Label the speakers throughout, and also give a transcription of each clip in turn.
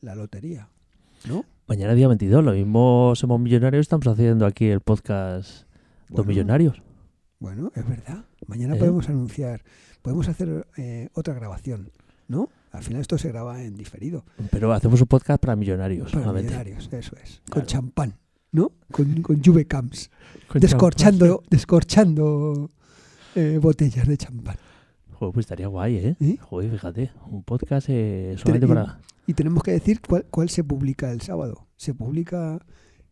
Speaker 1: la lotería. ¿No?
Speaker 2: Mañana día 22, lo mismo somos millonarios, estamos haciendo aquí el podcast Los
Speaker 1: Bueno.
Speaker 2: Millonarios.
Speaker 1: Bueno, es verdad. Mañana
Speaker 2: ¿Eh?
Speaker 1: podemos anunciar, podemos hacer eh, otra grabación, ¿no? Al final esto se graba en diferido.
Speaker 2: Pero hacemos un podcast para millonarios.
Speaker 1: Para
Speaker 2: solamente.
Speaker 1: millonarios, eso es. Con
Speaker 2: Claro.
Speaker 1: champán, ¿no? Con, con Juve Camps. Descorchando, descorchando eh, botellas de champán.
Speaker 2: Joder, pues estaría guay, ¿eh?
Speaker 1: ¿Eh?
Speaker 2: Joder, fíjate, un podcast eh, solamente
Speaker 1: y-
Speaker 2: para...
Speaker 1: Y tenemos que decir cuál, cuál se publica el sábado. ¿Se publica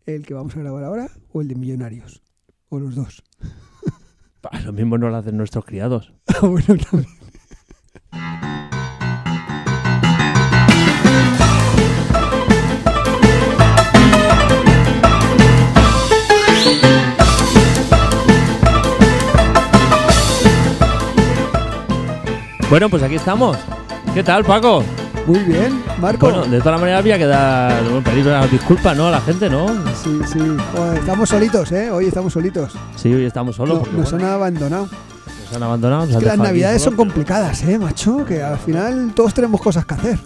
Speaker 1: el que vamos a grabar ahora o el de Millonarios? O los dos.
Speaker 2: Bah, Lo mismo no lo hacen nuestros criados.
Speaker 1: Ah, bueno, también.
Speaker 2: Bueno, pues aquí estamos. ¿Qué tal, Paco?
Speaker 1: Muy bien, Marco.
Speaker 2: Bueno, de todas maneras había que dar, bueno, pedir una disculpa, ¿no? A la gente, ¿no?
Speaker 1: Sí, sí. Joder, estamos solitos, ¿eh? Hoy estamos solitos.
Speaker 2: Sí, hoy estamos solos
Speaker 1: No-
Speaker 2: porque
Speaker 1: nos
Speaker 2: bueno,
Speaker 1: han abandonado.
Speaker 2: nos han abandonado. nos
Speaker 1: Es
Speaker 2: han
Speaker 1: que las
Speaker 2: dejado aquí
Speaker 1: navidades son
Speaker 2: solos, pero-
Speaker 1: complicadas, ¿eh, macho? Que al final todos tenemos cosas que hacer.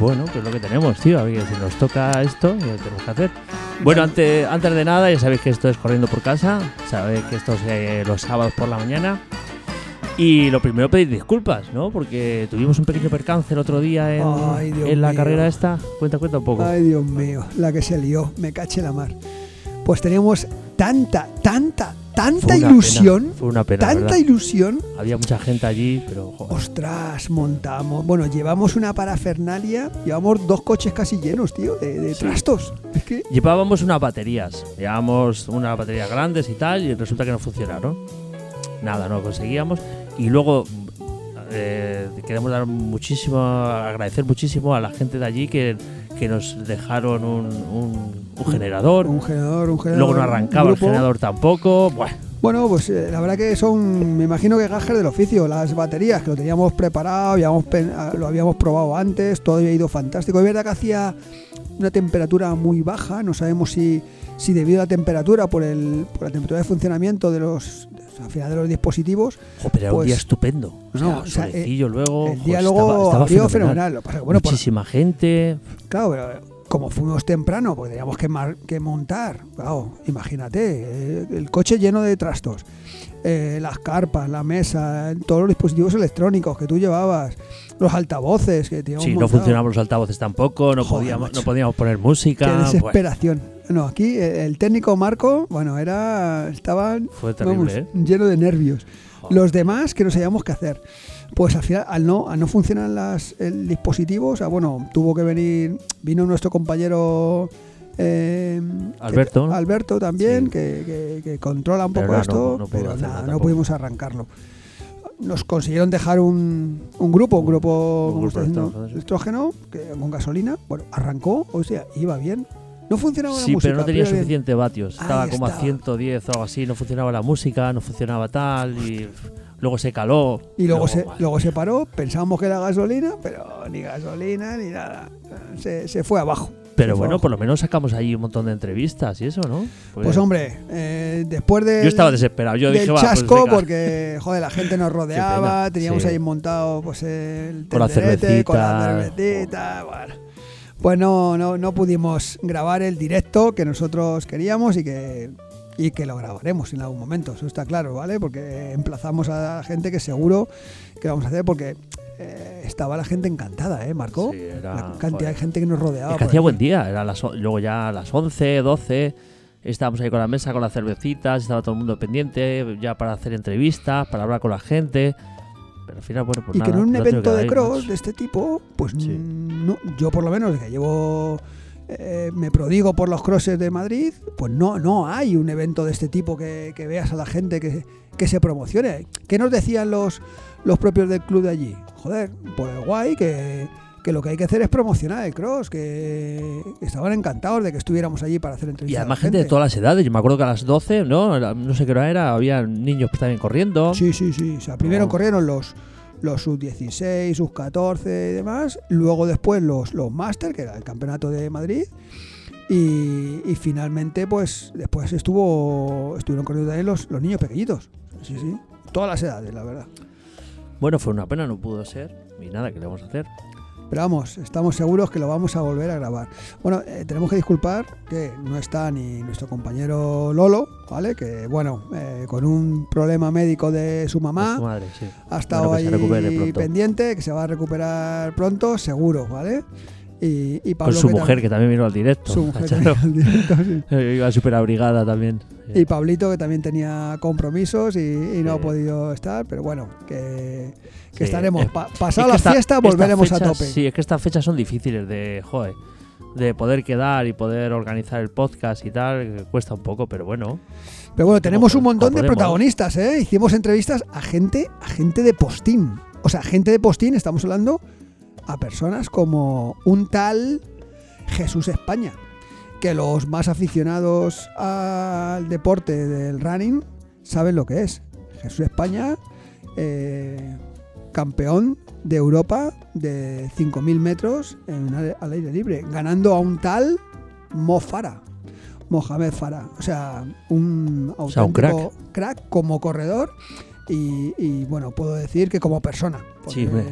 Speaker 2: Bueno, pues lo que tenemos, tío. A ver, si nos toca esto, ¿qué tenemos que hacer? Bueno, antes, antes de nada, ya sabéis que esto es corriendo por casa. Sabéis que esto es eh, los sábados por la mañana. Y lo primero, pedir disculpas, ¿no? Porque tuvimos un pequeño percance el otro día en,
Speaker 1: Ay, Dios
Speaker 2: en la
Speaker 1: mío.
Speaker 2: carrera esta. Cuenta, cuenta un poco.
Speaker 1: Ay, Dios mío, la que se lió, me caché la mar. Pues teníamos tanta, tanta, tanta
Speaker 2: Fue una
Speaker 1: ilusión,
Speaker 2: pena, fue una pena, la
Speaker 1: tanta
Speaker 2: verdad.
Speaker 1: ilusión.
Speaker 2: Había mucha gente allí, pero joder,
Speaker 1: Ostras, montamos. Bueno, llevamos una parafernalia, llevamos dos coches casi llenos, tío, de, de
Speaker 2: Sí.
Speaker 1: trastos. Es que,
Speaker 2: Llevábamos unas baterías, llevábamos unas baterías grandes y tal, y resulta que no funcionaron. Nada, no lo conseguíamos. Y luego eh, queremos dar muchísimo, agradecer muchísimo a la gente de allí que, que nos dejaron un, un- un generador.
Speaker 1: un generador, un generador.
Speaker 2: luego no arrancaba
Speaker 1: un
Speaker 2: el
Speaker 1: Eh, grupo.
Speaker 2: generador tampoco. Bueno,
Speaker 1: Bueno, pues eh, la verdad que son, me imagino que gajes del oficio, las baterías, que lo teníamos preparado, habíamos pen- ah, lo habíamos probado antes, todo había ido fantástico. Es verdad que hacía una temperatura muy baja, no sabemos si, si debido a la temperatura, por, el, por la temperatura de funcionamiento de los, al final de los dispositivos,
Speaker 2: jo, pero era un
Speaker 1: Pues,
Speaker 2: día estupendo. O sea,
Speaker 1: no, o sea, eh,
Speaker 2: solecillo luego.
Speaker 1: el
Speaker 2: jo,
Speaker 1: diálogo
Speaker 2: estaba, estaba
Speaker 1: abrió
Speaker 2: fenomenal.
Speaker 1: fenomenal. Lo que pasa que, bueno, por-
Speaker 2: Muchísima gente.
Speaker 1: Claro, pero eh, como fuimos temprano, porque teníamos que, mar- que montar, claro, imagínate, eh, el coche lleno de trastos, eh, las carpas, la mesa, eh, todos los dispositivos electrónicos que tú llevabas, los altavoces que teníamos
Speaker 2: Sí, no
Speaker 1: montado.
Speaker 2: funcionaban los altavoces tampoco, no,
Speaker 1: Joder,
Speaker 2: podíamos, no
Speaker 1: macho.
Speaker 2: podíamos poner
Speaker 1: Qué
Speaker 2: música. bueno,
Speaker 1: desesperación. No, aquí eh, el técnico Marco, bueno, era estaban
Speaker 2: fue terrible,
Speaker 1: vamos,
Speaker 2: ¿eh?
Speaker 1: lleno de nervios.
Speaker 2: Joder.
Speaker 1: Los demás que no sabíamos qué hacer. Pues al final, al no, al no funcionar las, el dispositivo, o sea, bueno, tuvo que venir, vino nuestro compañero eh,
Speaker 2: Alberto,
Speaker 1: que-
Speaker 2: ¿no?
Speaker 1: Alberto también,
Speaker 2: Sí.
Speaker 1: que, que- que controla un
Speaker 2: Pero
Speaker 1: poco
Speaker 2: nada,
Speaker 1: esto,
Speaker 2: no- no pudo
Speaker 1: pero
Speaker 2: hacer nada
Speaker 1: nada, no
Speaker 2: tampoco.
Speaker 1: pudimos arrancarlo. Nos consiguieron dejar un, un grupo, un grupo,
Speaker 2: Un
Speaker 1: como
Speaker 2: grupo
Speaker 1: está
Speaker 2: de
Speaker 1: diciendo,
Speaker 2: estrógenos, sí.
Speaker 1: estrógeno, que, con gasolina, bueno, arrancó, o sea, iba bien. No funcionaba la
Speaker 2: Sí,
Speaker 1: música.
Speaker 2: pero no tenía
Speaker 1: iba bien.
Speaker 2: suficiente vatios.
Speaker 1: Ahí
Speaker 2: Estaba como a
Speaker 1: estaba.
Speaker 2: 110 o algo así. No funcionaba la música, no funcionaba tal. Y luego se caló.
Speaker 1: Y luego, se,
Speaker 2: madre,
Speaker 1: luego se paró, pensábamos que era gasolina, pero ni gasolina ni nada. Se, se fue abajo.
Speaker 2: Pero
Speaker 1: se fue
Speaker 2: bueno,
Speaker 1: abajo.
Speaker 2: por lo menos sacamos ahí un montón de entrevistas y eso, ¿no? Porque
Speaker 1: Pues hombre, eh, después de
Speaker 2: yo estaba desesperado. Yo
Speaker 1: del
Speaker 2: dije, va, pues
Speaker 1: chasco,
Speaker 2: venga.
Speaker 1: porque joder, la gente nos rodeaba,
Speaker 2: pena,
Speaker 1: teníamos
Speaker 2: sí.
Speaker 1: ahí montado pues, el
Speaker 2: Con la
Speaker 1: tenderete, con la
Speaker 2: cervecita.
Speaker 1: cervecita, bueno. Pues no, no, no pudimos grabar el directo que nosotros queríamos y que, y que lo grabaremos en algún momento, eso está claro, ¿vale? Porque emplazamos a la gente que seguro que vamos a hacer porque eh, estaba la gente encantada, ¿eh, Marco?
Speaker 2: Sí, era-
Speaker 1: la cantidad
Speaker 2: joder.
Speaker 1: de gente que nos rodeaba. pues,
Speaker 2: Es que
Speaker 1: por
Speaker 2: hacía
Speaker 1: aquí.
Speaker 2: buen día. Era las, o- luego ya a las 11, 12. Estábamos ahí con la mesa, con las cervecitas. Estaba todo el mundo pendiente ya para hacer entrevistas, para hablar con la gente. Pero al final, bueno, pues
Speaker 1: y
Speaker 2: nada.
Speaker 1: que en un
Speaker 2: no tengo
Speaker 1: evento de
Speaker 2: dar
Speaker 1: cross
Speaker 2: más.
Speaker 1: de este tipo, pues
Speaker 2: Sí.
Speaker 1: no, yo por lo menos que llevo eh, me prodigo por los crosses de Madrid, pues no, no hay un evento de este tipo que, que veas a la gente que, que se promocione. ¿Qué nos decían los, los propios del club de allí? Joder, pues guay, que, que lo que hay que hacer es promocionar el cross, que estaban encantados de que estuviéramos allí para hacer entrevistas.
Speaker 2: Y
Speaker 1: a la
Speaker 2: además gente de todas las edades. Yo me acuerdo que a las 12, ¿no? Era- No sé qué hora era, había niños también corriendo.
Speaker 1: Sí, sí, sí. O sea, primero
Speaker 2: No.
Speaker 1: corrieron los, los sub-16, sub-14 y demás. Luego después los, los Master, que era el campeonato de Madrid. Y, y finalmente, pues, después estuvo estuvieron corriendo también los, los niños pequeñitos. Sí, sí. Todas las edades, la verdad.
Speaker 2: Bueno, fue una pena, no pudo ser. Y nada, ¿qué le vamos a hacer?
Speaker 1: Pero vamos, estamos seguros que lo vamos a volver a grabar. Bueno, eh, tenemos que disculpar que no está ni nuestro compañero Lolo, ¿vale? Que bueno, eh, con un problema médico de su
Speaker 2: Pues tu
Speaker 1: mamá
Speaker 2: madre, sí.
Speaker 1: ha estado
Speaker 2: Bueno, que se recupere
Speaker 1: ahí
Speaker 2: pronto.
Speaker 1: pendiente, que se va a recuperar pronto, seguro, ¿vale? Y, y Pablo
Speaker 2: Con su
Speaker 1: que tam-
Speaker 2: mujer, que también vino al directo.
Speaker 1: su mujer
Speaker 2: Claro.
Speaker 1: también al directo, sí.
Speaker 2: Iba súper abrigada también.
Speaker 1: Y Pablito, que también tenía compromisos y, y no ha
Speaker 2: Sí.
Speaker 1: podido estar, pero bueno, que, que
Speaker 2: Sí,
Speaker 1: estaremos.
Speaker 2: eh,
Speaker 1: Pa-
Speaker 2: Es
Speaker 1: pasada
Speaker 2: que
Speaker 1: la
Speaker 2: esta-
Speaker 1: fiesta,
Speaker 2: estas
Speaker 1: volveremos a
Speaker 2: fechas-
Speaker 1: tope.
Speaker 2: Sí, es que estas fechas son difíciles de, joder, de poder quedar y poder organizar el podcast y tal, que cuesta un poco, pero bueno.
Speaker 1: Pero bueno, tenemos un
Speaker 2: Como-
Speaker 1: montón
Speaker 2: como
Speaker 1: de
Speaker 2: podemos.
Speaker 1: protagonistas, ¿eh? Hicimos entrevistas a gente, a gente de postín. O sea, gente de postín, estamos hablando a personas como un tal Jesús España. Que los más aficionados al deporte del running saben lo que es. Jesús España, eh, campeón de Europa de 5.000 metros en al al aire libre, ganando a un tal Mo Farah, Mohamed Farah. O sea, un auténtico
Speaker 2: sea, un crack.
Speaker 1: crack. como corredor y, y, bueno, puedo decir que como persona.
Speaker 2: Sí,
Speaker 1: porque-
Speaker 2: me- Pues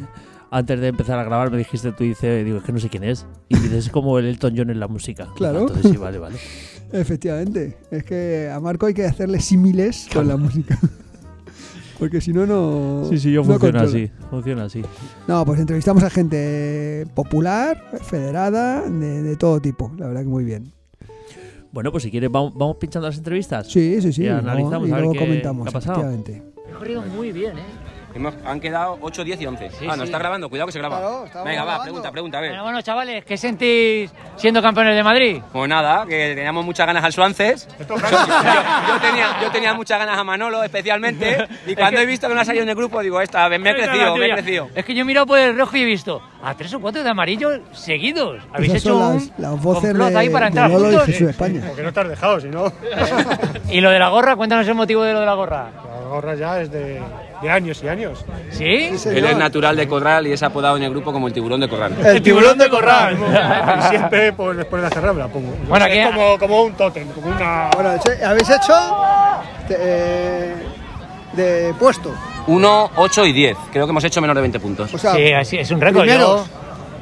Speaker 2: antes de empezar a grabar me dijiste, tú dices, digo, es que no sé quién es. Y dices, es como el Elton John en la música. Ah,
Speaker 1: Claro.
Speaker 2: Entonces sí, vale, vale.
Speaker 1: Efectivamente, es que a Marco hay que hacerle símiles con la música. Porque si no, no.
Speaker 2: Sí, sí, yo
Speaker 1: no
Speaker 2: funciona
Speaker 1: controla.
Speaker 2: así, funciona así.
Speaker 1: No, pues entrevistamos a gente popular, federada, de, de todo tipo. La verdad que muy bien.
Speaker 2: Bueno, pues si quieres, vamos, vamos pinchando las entrevistas.
Speaker 1: Sí, sí, sí.
Speaker 2: Y
Speaker 1: luego-
Speaker 2: analizamos,
Speaker 1: y
Speaker 2: a ver
Speaker 1: luego
Speaker 2: qué-
Speaker 1: comentamos.
Speaker 2: qué ha pasado.
Speaker 1: efectivamente.
Speaker 3: corrido muy bien, ¿eh?
Speaker 4: Hemos- han quedado 8, 10 y 11.
Speaker 3: Sí,
Speaker 4: ah, no
Speaker 3: sí.
Speaker 4: está grabando, cuidado que se graba.
Speaker 1: Claro, estamos
Speaker 4: Venga,
Speaker 1: grabando.
Speaker 4: va, pregunta, pregunta, a ver.
Speaker 3: Bueno, bueno, chavales, ¿qué sentís siendo campeones de Madrid?
Speaker 4: Pues nada, que teníamos muchas ganas al Suances. Yo, yo tenía, yo tenía muchas ganas a Manolo especialmente. Y cuando he visto que no ha salido en el grupo, digo, esta, me he crecido, me he crecido.
Speaker 3: Es que yo he mirado por el rojo y he visto a tres o cuatro de amarillo seguidos. Habéis
Speaker 1: Esas
Speaker 3: hecho
Speaker 1: son
Speaker 3: un
Speaker 1: las, las voces
Speaker 3: complot
Speaker 1: de,
Speaker 3: ahí para
Speaker 1: de
Speaker 3: entrar
Speaker 1: Lolo y
Speaker 3: juntos.
Speaker 1: Jesús España.
Speaker 5: Porque no te has dejado, si no.
Speaker 3: Y lo de la gorra, cuéntanos el motivo de lo de la gorra.
Speaker 5: La gorra ya es de, de años y años.
Speaker 3: ¿Sí?
Speaker 4: Él es natural de Corral y es apodado en el grupo como el tiburón de Corral.
Speaker 3: El tiburón de corral.
Speaker 5: Y siempre pues, después de la cerrada me la pongo.
Speaker 3: Bueno,
Speaker 5: es
Speaker 3: aquí-
Speaker 5: como, como un tótem, como una.
Speaker 6: Bueno, che, habéis hecho de, de puesto.
Speaker 4: 1, 8 y 10. Creo que hemos hecho menos de 20 puntos.
Speaker 6: O sea,
Speaker 3: Sí, así es un récord.
Speaker 6: primeros,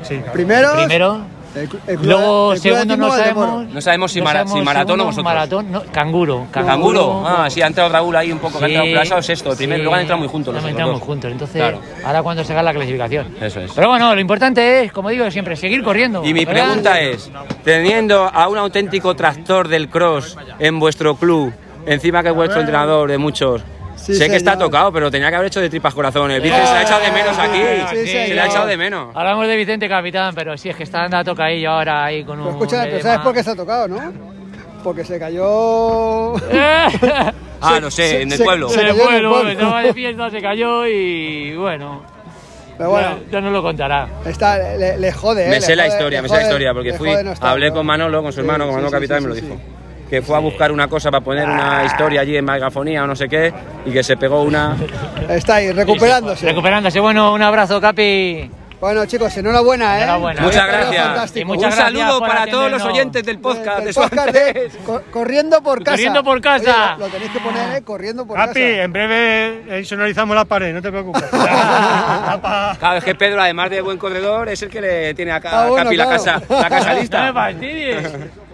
Speaker 5: Sí, claro.
Speaker 6: primeros,
Speaker 3: Primero.
Speaker 6: el cl- el club-
Speaker 3: Luego,
Speaker 6: el club de
Speaker 3: segundo, no
Speaker 6: Timo, el de Moro.
Speaker 3: sabemos.
Speaker 4: No sabemos si mara- si
Speaker 3: sabemos
Speaker 4: maratón o
Speaker 3: segundo,
Speaker 4: vosotros.
Speaker 3: Maratón, no, canguro.
Speaker 4: Canguro, ah, sí, ha entrado Raúl ahí un poco, que ha entrado pero ha estado sexto. El primer
Speaker 3: sí.
Speaker 4: lugar han entrado muy juntos
Speaker 3: No,
Speaker 4: los
Speaker 3: han
Speaker 4: otros
Speaker 3: entrado
Speaker 4: dos.
Speaker 3: muy juntos, entonces
Speaker 4: Claro.
Speaker 3: ahora cuando sacar la clasificación.
Speaker 4: Eso es.
Speaker 3: Pero bueno, lo importante es, como digo siempre, seguir corriendo.
Speaker 4: Y mi
Speaker 3: ¿verdad?
Speaker 4: pregunta es, teniendo a un auténtico tractor del cross en vuestro club, encima que es vuestro entrenador de muchos,
Speaker 6: Sí,
Speaker 4: sé que está
Speaker 6: señor.
Speaker 4: tocado, pero tenía que haber hecho de tripas corazón. El Vicente se la ha echado de menos aquí.
Speaker 6: sí, sí,
Speaker 4: se la ha
Speaker 6: señor.
Speaker 4: echado de menos.
Speaker 3: Hablamos de Vicente Capitán, pero sí, es que está andando a tocadillo ahora ahí con un...
Speaker 6: Pero escucha, pero
Speaker 3: edema.
Speaker 6: ¿sabes por qué se ha tocado, no? Porque se cayó.
Speaker 4: Ah, no sé,
Speaker 6: se-
Speaker 4: en el
Speaker 6: se-
Speaker 4: pueblo.
Speaker 6: se-
Speaker 3: Se le
Speaker 6: cayó en
Speaker 3: fue
Speaker 6: el
Speaker 3: luego,
Speaker 6: pueblo.
Speaker 3: estaba de fiesta, se cayó y bueno,
Speaker 6: Pero bueno,
Speaker 3: ya, ya nos lo contará.
Speaker 6: está, le, le jode, ¿eh?
Speaker 4: Me
Speaker 6: le
Speaker 4: sé la
Speaker 6: jode-
Speaker 4: historia,
Speaker 6: le
Speaker 4: me sé la
Speaker 6: jode-
Speaker 4: historia, porque
Speaker 6: le
Speaker 4: fui,
Speaker 6: jode no estar,
Speaker 4: hablé
Speaker 6: ¿no?
Speaker 4: con Manolo, con su
Speaker 6: Sí,
Speaker 4: hermano, con
Speaker 6: sí,
Speaker 4: Manolo
Speaker 6: sí,
Speaker 4: Capitán, y
Speaker 6: sí,
Speaker 4: me lo
Speaker 6: sí,
Speaker 4: dijo.
Speaker 6: sí. Ah.
Speaker 4: Que fue a buscar una cosa para poner una historia allí en megafonía o no sé qué, y que se pegó una...
Speaker 6: Está ahí, recuperándose.
Speaker 3: Recuperándose, bueno, un abrazo, Capi.
Speaker 6: Bueno, chicos, enhorabuena, ¿eh?
Speaker 3: Enhorabuena.
Speaker 6: Habéis
Speaker 4: Muchas
Speaker 6: corrido
Speaker 4: gracias.
Speaker 6: fantástico.
Speaker 3: Y muchas
Speaker 4: Un
Speaker 3: gracias
Speaker 4: saludo
Speaker 3: por
Speaker 4: para todos los
Speaker 3: atendernos.
Speaker 4: oyentes del podcast
Speaker 6: Del
Speaker 4: de
Speaker 6: podcast
Speaker 4: Suárez.
Speaker 6: de Cor- corriendo por casa.
Speaker 3: Corriendo por casa.
Speaker 6: Oye, lo, lo tenéis que poner, ¿eh? Corriendo por
Speaker 5: Capi,
Speaker 6: casa.
Speaker 5: en breve eh, sonorizamos la pared, no te preocupes. Tapa.
Speaker 4: Claro, es que Pedro, además de buen corredor, es el que le tiene acá
Speaker 6: Ah,
Speaker 4: a
Speaker 6: bueno,
Speaker 4: Capi la
Speaker 6: claro.
Speaker 4: casa, la casa
Speaker 3: No me
Speaker 4: lista.
Speaker 3: fastidies.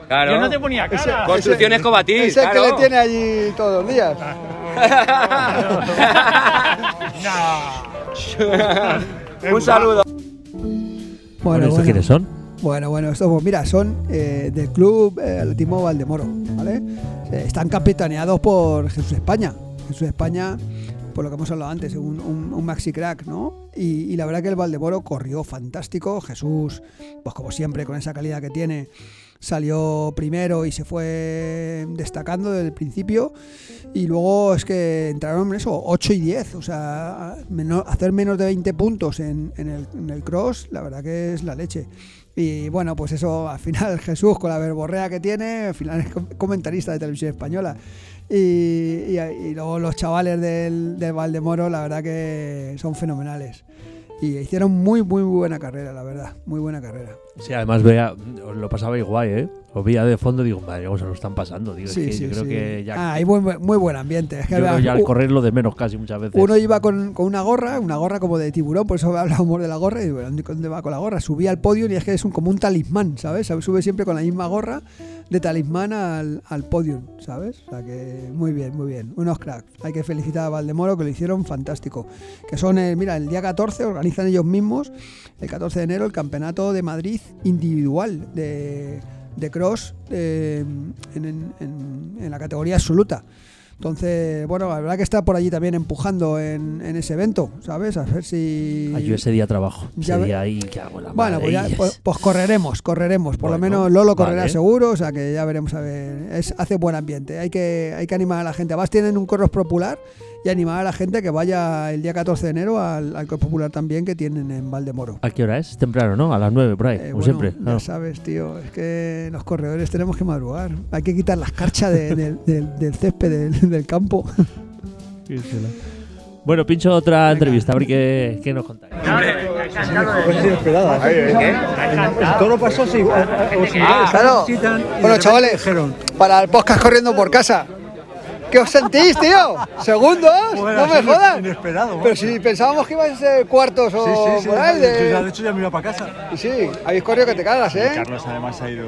Speaker 4: Claro.
Speaker 3: Yo no te ponía cara.
Speaker 4: Construcciones Cobatí,
Speaker 6: Ese
Speaker 4: claro.
Speaker 6: que le tiene allí todos los días.
Speaker 4: Un saludo.
Speaker 2: Bueno,
Speaker 1: Bueno,
Speaker 2: ¿estos
Speaker 1: bueno,
Speaker 2: quiénes son?
Speaker 1: bueno, bueno, estos, pues, mira, son eh, del club eh, Timo Valdemoro, ¿vale? Eh, están capitaneados por Jesús España. Jesús España, por lo que hemos hablado antes, un, un- un maxi crack, ¿no? Y, y la verdad que el Valdemoro corrió fantástico. Jesús, pues como siempre, con esa calidad que tiene, salió primero y se fue destacando desde el principio. Y luego es que entraron en eso, 8 y 10. O sea, menor- hacer menos de 20 puntos en, en el, en el cross, la verdad que es la leche. Y bueno, pues eso, al final Jesús con la verborrea que tiene, al final es com- comentarista de televisión española. Y, y- y luego los chavales del, del Valdemoro, la verdad que son fenomenales. Y hicieron muy, muy buena carrera, la verdad. Muy buena carrera.
Speaker 2: Sí, además vea, os lo pasaba igual, ¿eh? Os veía de fondo y digo, madre, cómo se lo están pasando. Digo, es
Speaker 1: Sí,
Speaker 2: que
Speaker 1: sí,
Speaker 2: yo creo
Speaker 1: sí.
Speaker 2: que ya,
Speaker 1: Ah, y muy, muy buen ambiente. Es que
Speaker 2: yo creo
Speaker 1: había-
Speaker 2: ya al
Speaker 1: u-
Speaker 2: correr lo de menos casi muchas veces.
Speaker 1: uno iba con, con una gorra, una gorra como de tiburón, por eso hablábamos de la gorra. Y digo, ¿dónde dónde va con la gorra? Subí al podio y es que es un, como un talismán, ¿sabes? Sube siempre con la misma gorra de talismán al, al podio, ¿sabes? O sea que muy bien, muy bien. Unos cracks. Hay que felicitar a Valdemoro que lo hicieron fantástico. Que son, eh, mira, el día 14 organizan ellos mismos, el 14 de enero, el Campeonato de Madrid individual de, de cross eh, en- en- en- en la categoría absoluta. Entonces, bueno, la verdad que está por allí también empujando en, en ese evento, ¿sabes? A ver si.
Speaker 2: Ah, yo ese día trabajo.
Speaker 1: Ya
Speaker 2: ese
Speaker 1: ve-
Speaker 2: día ahí, ¿qué hago? La
Speaker 1: Bueno, pues, ya-
Speaker 2: madre,
Speaker 1: pues- pues correremos, correremos. Por
Speaker 2: Bueno,
Speaker 1: lo menos Lolo correrá
Speaker 2: vale.
Speaker 1: seguro, o sea que ya veremos a ver. Es, hace buen ambiente, hay que, hay que animar a la gente. Además, tienen un corro popular y animar a la gente que vaya el día 14 de enero al, al corro popular también que tienen en Valdemoro.
Speaker 2: ¿A qué hora es? Temprano, ¿no? A las 9 por ahí,
Speaker 1: Eh,
Speaker 2: como
Speaker 1: bueno,
Speaker 2: siempre.
Speaker 1: Ya
Speaker 2: claro.
Speaker 1: sabes, tío, es que los corredores tenemos que madrugar. Hay que quitar las carchas de- del- del- del césped del- del campo.
Speaker 2: Bueno, pincho otra entrevista, a ver qué, qué nos contáis.
Speaker 6: Todo pasó así.
Speaker 5: Ah,
Speaker 1: Ah, Claro. Bueno, chavales, para el podcast corriendo por casa. ¿Qué os sentís, tío? ¿Segundos? no me jodas.
Speaker 5: inesperado,
Speaker 1: Pero si pensábamos que ibais a ser cuartos o por ahí. de-
Speaker 5: hecho ya me iba para casa.
Speaker 1: Sí, habéis corrido que te cagas, ¿eh?
Speaker 7: Carlos además ha ido.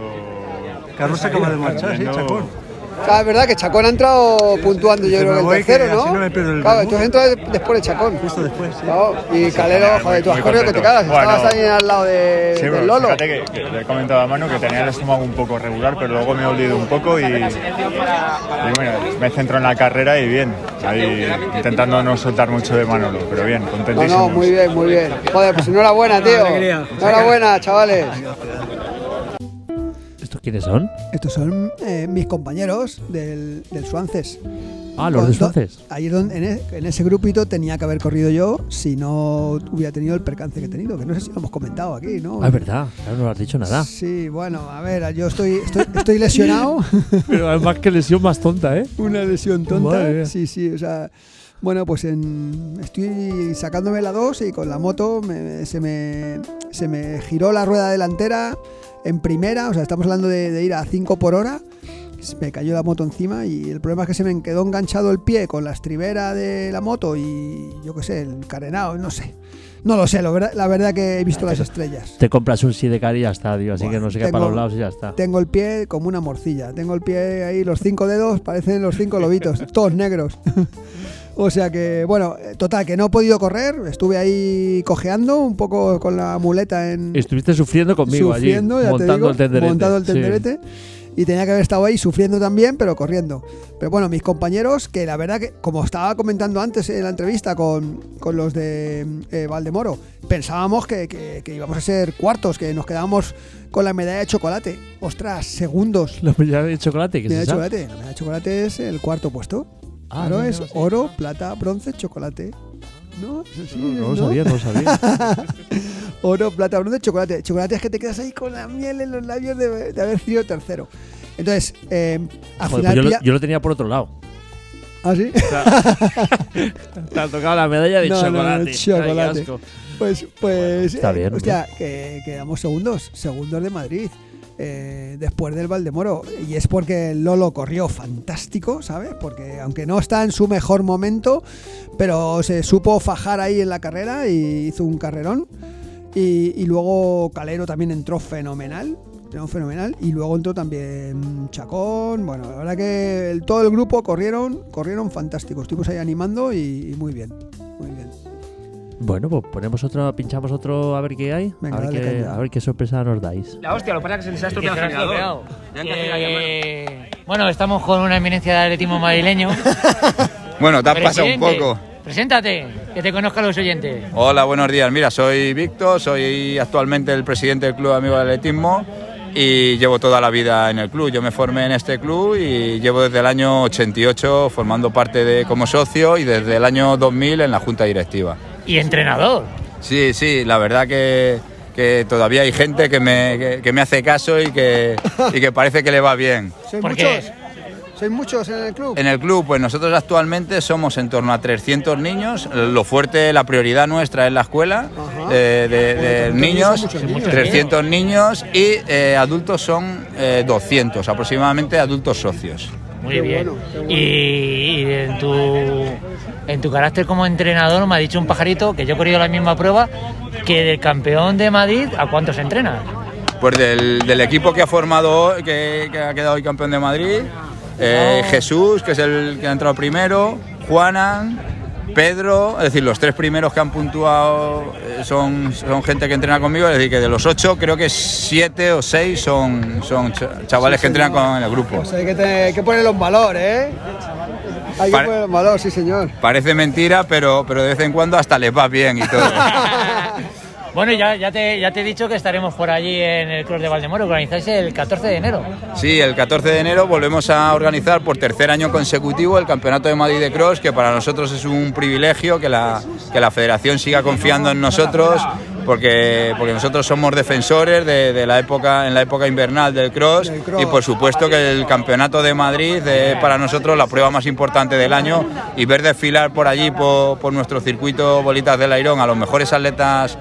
Speaker 5: Carlos acaba de marchar, sí, Chacón.
Speaker 1: O sea, es verdad que Chacón ha entrado puntuando, yo
Speaker 5: Dice,
Speaker 1: creo
Speaker 5: me
Speaker 1: que
Speaker 5: voy,
Speaker 1: el
Speaker 5: que
Speaker 1: tercero,
Speaker 5: así no
Speaker 1: ¿no?
Speaker 5: me pierdo el
Speaker 1: Claro,
Speaker 5: vermut.
Speaker 1: tú has entrado después de Chacón.
Speaker 5: Justo después, sí.
Speaker 1: Claro, y Calero,
Speaker 7: muy-
Speaker 1: joder, tú has
Speaker 7: muy
Speaker 1: corrido que te
Speaker 7: contento.
Speaker 1: cagas. Estabas
Speaker 7: Bueno.
Speaker 1: ahí al lado de,
Speaker 7: Sí,
Speaker 1: Eh, del
Speaker 7: pero
Speaker 1: Lolo.
Speaker 7: fíjate que, que le he comentado a Manu que tenía el estómago un poco regular, pero luego me he olido un poco y, y bueno, me centro en la carrera y bien, ahí intentando no soltar mucho de Manolo, pero bien,
Speaker 1: No,
Speaker 7: contentísimo.
Speaker 1: no, muy bien, muy bien. Joder, pues enhorabuena, tío. Enhorabuena, chavales.
Speaker 2: ¿Estos quiénes son?
Speaker 1: Estos son eh, mis compañeros del, del Suances.
Speaker 2: Ah, los
Speaker 1: Con-
Speaker 2: de Suances.
Speaker 1: Ahí es donde, en, e- en ese grupito tenía que haber corrido yo si no hubiera tenido el percance que he tenido, que no sé si lo hemos comentado aquí, ¿no?
Speaker 2: Ah, es verdad, claro, no lo has dicho nada.
Speaker 1: Sí, bueno, a ver, yo estoy, estoy, estoy lesionado.
Speaker 2: Pero además que lesión más tonta, ¿eh?
Speaker 1: Una lesión
Speaker 2: Madre
Speaker 1: tonta.
Speaker 2: mía.
Speaker 1: Sí, sí, o sea. Bueno, pues en, estoy sacándome la 2 y con la moto me- se, me, se me giró la rueda delantera en primera, o sea, estamos hablando de, de ir a 5 por hora. Se Me cayó la moto encima y el problema es que se me quedó enganchado el pie con la estribera de la moto y yo qué sé, el carenado, no sé. No lo sé, lo verdad- la verdad que he
Speaker 2: Ah,
Speaker 1: visto las estrellas.
Speaker 2: Te compras un sidecar y ya está, tío, así que no sé qué
Speaker 1: tengo-
Speaker 2: para los lados y ya está.
Speaker 1: Tengo el pie como una morcilla. Tengo el pie ahí, los cinco dedos, parecen los cinco lobitos, todos negros. o sea que, bueno, eh, total, que no he podido correr. Estuve ahí cojeando un poco con la muleta en.
Speaker 2: Estuviste sufriendo conmigo
Speaker 1: sufriendo,
Speaker 2: allí,
Speaker 1: ya
Speaker 2: montando
Speaker 1: te digo,
Speaker 2: el tenderete.
Speaker 1: montando el
Speaker 2: sí.
Speaker 1: tenderete. Y tenía que haber estado ahí sufriendo también, pero corriendo. Pero bueno, mis compañeros, que la verdad que, como estaba comentando antes en la entrevista con, con los de eh, Valdemoro, pensábamos que, que- que íbamos a ser cuartos, que nos quedábamos con la medalla de chocolate. Ostras, segundos.
Speaker 2: La medalla de chocolate, que
Speaker 1: Medalla
Speaker 2: se
Speaker 1: de chocolate. La medalla de chocolate es el cuarto puesto.
Speaker 2: Ah,
Speaker 1: claro,
Speaker 2: mira,
Speaker 1: es
Speaker 2: sí.
Speaker 1: oro, plata, bronce, chocolate. ¿No? Sí,
Speaker 2: No, no lo sabía, no lo sabía.
Speaker 1: Oro, plata, bronce, chocolate. Chocolate es que te quedas ahí con la miel en los labios de, de haber sido tercero. Entonces, eh,
Speaker 2: Joder,
Speaker 1: al final.
Speaker 2: pues yo, lo,
Speaker 1: pilla-
Speaker 2: yo lo tenía por otro lado.
Speaker 1: ¿Ah, sí?
Speaker 2: Te ha tocado la medalla de
Speaker 1: No, no, no,
Speaker 2: chocolate. Ay, qué
Speaker 1: chocolate.
Speaker 2: asco.
Speaker 1: Pues, pues.
Speaker 2: está
Speaker 1: eh,
Speaker 2: bien,
Speaker 1: Hostia, que quedamos segundos. Segundos de Madrid. eh, después del Valdemoro. Y es porque el Lolo corrió fantástico, ¿sabes? Porque aunque no está en su mejor momento, pero se supo fajar ahí en la carrera y hizo un carrerón. Y, y luego Calero también entró fenomenal. entró fenomenal. Y luego entró también Chacón. Bueno, la verdad que el- todo el grupo corrieron, corrieron fantástico. Estuvimos ahí animando y, y muy bien. Muy bien.
Speaker 2: Bueno, pues ponemos otro, pinchamos otro a ver qué hay. a,
Speaker 1: Venga,
Speaker 2: ver
Speaker 1: dale
Speaker 2: qué,
Speaker 1: caña.
Speaker 2: a ver qué sorpresa nos dais.
Speaker 4: La hostia, lo que pasa es que se les ha
Speaker 3: Que
Speaker 4: estropeado
Speaker 3: se
Speaker 4: el
Speaker 3: lo has
Speaker 4: generador.
Speaker 3: estropeado.
Speaker 4: Me han cogido la
Speaker 3: Eh, Bueno, estamos con una eminencia del atletismo madrileño.
Speaker 8: Bueno, te has pasado un
Speaker 3: Presidente,
Speaker 8: poco.
Speaker 3: Preséntate, que te conozcan los oyentes.
Speaker 8: Hola, buenos días. Mira, soy Víctor, soy actualmente el presidente del Club Amigo del Atletismo y llevo toda la vida en el club. Yo me formé en este club y llevo desde el año 88 formando parte de como socio y desde el año 2000 en la junta directiva.
Speaker 3: Y entrenador.
Speaker 8: Sí, sí, la verdad que, que todavía hay gente que me, que, que me hace caso y que, y que parece que le va bien.
Speaker 1: Soy
Speaker 3: Porque
Speaker 6: ¿Sois muchos en el club?
Speaker 8: En el club, pues nosotros actualmente somos en torno a 300 niños. Lo fuerte, la prioridad nuestra es la escuela eh, de, de niños, 300 niños y eh, adultos son eh, 200 aproximadamente, adultos socios.
Speaker 3: Muy bien. Y, y en, tu, en tu carácter como entrenador me ha dicho un pajarito que yo he corrido la misma prueba que del campeón de Madrid, ¿a cuántos entrenas?
Speaker 8: Pues del, del equipo que ha formado, hoy- que, que ha quedado hoy campeón de Madrid, eh, Jesús, que es el que ha entrado primero, Juanan, Pedro, es decir, los tres primeros que han puntuado eh, son, son gente que entrena conmigo, es decir, que de los ocho creo que siete o seis son, son ch- chavales que entrenan con el grupo.
Speaker 6: O sea, hay que, te- hay que ponerlo en valor, ¿eh? Hay que
Speaker 8: Para-
Speaker 6: ponerlo en valor, sí, señor.
Speaker 8: Parece mentira, pero, pero de vez en cuando hasta les va bien y todo.
Speaker 3: Bueno, ya, ya, te, ya te he dicho que estaremos por allí en el Club de Valdemoro, que organizáis el 14 de enero.
Speaker 8: Sí, el 14 de enero volvemos a organizar por tercer año consecutivo el Campeonato de Madrid de Cross, que para nosotros es un privilegio que la, que la federación siga confiando en nosotros, porque, porque nosotros somos defensores de, de la época, en la época invernal del cross, y por supuesto que el Campeonato de Madrid es para nosotros la prueba más importante del año, y ver desfilar por allí, por, por nuestro circuito Bolitas del Airón, a los mejores atletas